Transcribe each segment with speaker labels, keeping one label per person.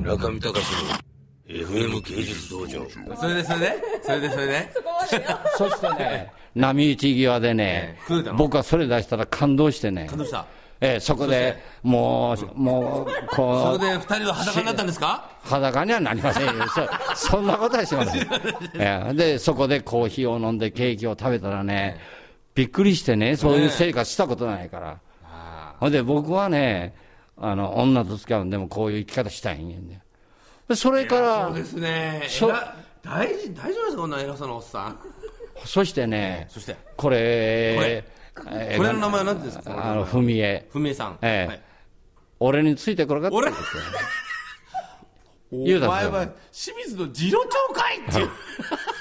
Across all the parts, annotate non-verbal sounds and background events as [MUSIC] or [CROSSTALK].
Speaker 1: 中見隆の FM 芸術道場。
Speaker 2: それでそれでそれでそれで
Speaker 3: そこまでよ。
Speaker 4: そしてね、波打ち際で
Speaker 2: え
Speaker 4: ね
Speaker 2: え増えたの、
Speaker 4: 僕はそれ出したら感動してね、
Speaker 2: 感動した。
Speaker 4: ええそこでもう、もう、
Speaker 2: そ
Speaker 4: こ
Speaker 2: こ
Speaker 4: う、
Speaker 2: で二人は裸になったんですか
Speaker 4: 裸にはなりま
Speaker 2: [LAUGHS]
Speaker 4: せんよ、そそんなことはしません、ええで、そこでコーヒーを飲んで、ケーキを食べたらね、びっくりしてね、そういう生活したことないから、
Speaker 2: あ
Speaker 4: ほんで、僕はね、あの女と付き合うんでも、こういう生き方したいんやねでそれか
Speaker 2: あ。
Speaker 4: ら
Speaker 2: そう、ですね。
Speaker 4: そう
Speaker 2: えら大事、大丈夫ですかこんな偉そうなおっさん。
Speaker 4: そしてね、
Speaker 2: そして、
Speaker 4: これ、ええ
Speaker 2: これの名前は何て言うんです
Speaker 4: あ
Speaker 2: か
Speaker 4: の、文江。
Speaker 2: ふみえさん。
Speaker 4: ええ
Speaker 2: はい
Speaker 4: 俺についてこなかった [LAUGHS]
Speaker 2: 俺
Speaker 4: 言
Speaker 2: お
Speaker 4: うたんです
Speaker 2: 前
Speaker 4: よ
Speaker 2: は清水の次郎長かいっていう。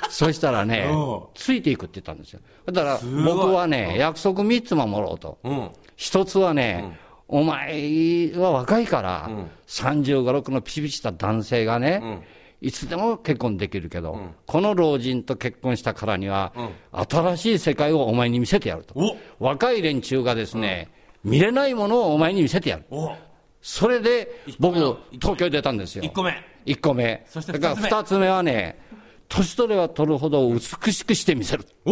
Speaker 4: そしたらね
Speaker 2: うん、
Speaker 4: ついていくって言ったんですよ。だから
Speaker 2: すごい
Speaker 4: 僕はね、約束3つ守ろうと。
Speaker 2: うん。
Speaker 4: 1つはね、お前は若いから、35、6のピチピチした男性がね、いつでも結婚できるけど、この老人と結婚したからには、新しい世界をお前に見せてやると。
Speaker 2: お
Speaker 4: 若い連中がですね、見れないものをお前に見せてやる。
Speaker 2: お
Speaker 4: それで僕
Speaker 2: 一個、目
Speaker 4: 東京に出たんですよ。
Speaker 2: 一個目。
Speaker 4: 1個目。
Speaker 2: そして
Speaker 4: だ
Speaker 2: 二
Speaker 4: から
Speaker 2: つ目
Speaker 4: 2つ目はね、年取れば取るほど美しくしてみせる。
Speaker 2: お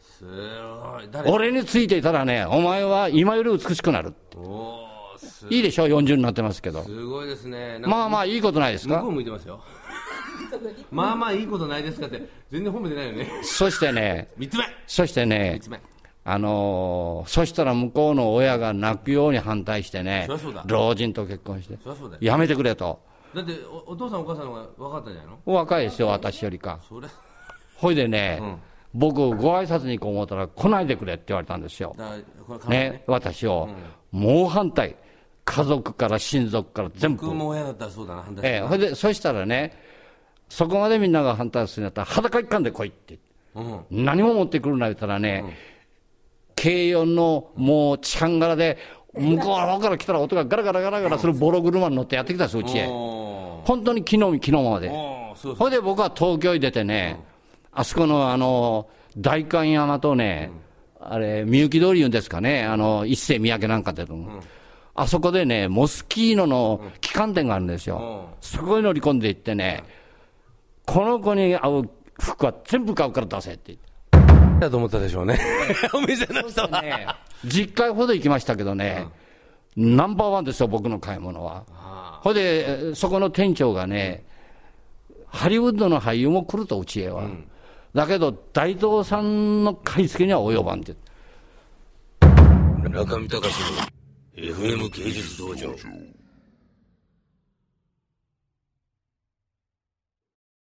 Speaker 2: すごい。誰
Speaker 4: 俺についていたらね、お前は今より美しくなる。
Speaker 2: おーす
Speaker 4: いいでしょ ?40 になってますけど。
Speaker 2: すごいですね。なんか
Speaker 4: まあまあいいことないです
Speaker 2: 向
Speaker 4: か
Speaker 2: こう向いてますよ。 [LAUGHS] まあまあいいことないですかって、全然褒めてないよね。
Speaker 4: そしてね、
Speaker 2: 三つ目
Speaker 4: そしてね
Speaker 2: 三、つ目。
Speaker 4: あのーそしたら向こうの親が泣くように反対してね
Speaker 2: そりゃそうだ、
Speaker 4: 老人と結婚して、
Speaker 2: そりゃそうだよ。
Speaker 4: やめてくれと。
Speaker 2: だってお、お父さんお母さんの方が分かったんじゃないの
Speaker 4: お若いですよ、私よりか。
Speaker 2: それ、
Speaker 4: ほいでね、僕、ご挨拶に行こう思ったら、来ないでくれって言われたんですよ。
Speaker 2: だこれ考えて
Speaker 4: ね
Speaker 2: ね。、
Speaker 4: 私を、猛反対、家族から親族から全部
Speaker 2: 僕、も親だったらそうだな、反対
Speaker 4: ええ、
Speaker 2: す
Speaker 4: それでそしたらね、そこまでみんなが反対するんだったら、裸一貫で来いって、
Speaker 2: るうん。
Speaker 4: 何も持ってくるな言ったらね、軽四のもう、ちゃんがらで、向こうの方から来たら音がガラガラガラガラするボロ車に乗ってやってきたんです、うちへ、
Speaker 2: お
Speaker 4: 本当に昨日昨日まで
Speaker 2: ー。おー、そうそ
Speaker 4: ほ
Speaker 2: う。
Speaker 4: いで僕は東京に出てね、あそこのあの代官山とね、あれ、みゆき通りいうんですかね、あの一世三宅なんかってとこ、あそこでね、モスキーノの旗艦店があるんですよ
Speaker 2: うん、
Speaker 4: そこに乗り込んでいってね、この子に合う服は全部買うから出せって言って。
Speaker 2: だと思ったでしょう
Speaker 4: [LAUGHS]
Speaker 2: ね。お店の人は。
Speaker 4: ね、10回ほど行きましたけどね、ナンバーワンですよ、僕の買い物は。ほいで、えそこの店長がね、ハリウッドの俳優も来ると、うちへは。だけど、大東さんの買い付けには及ばんって。
Speaker 1: 中見隆の FM 芸術道場。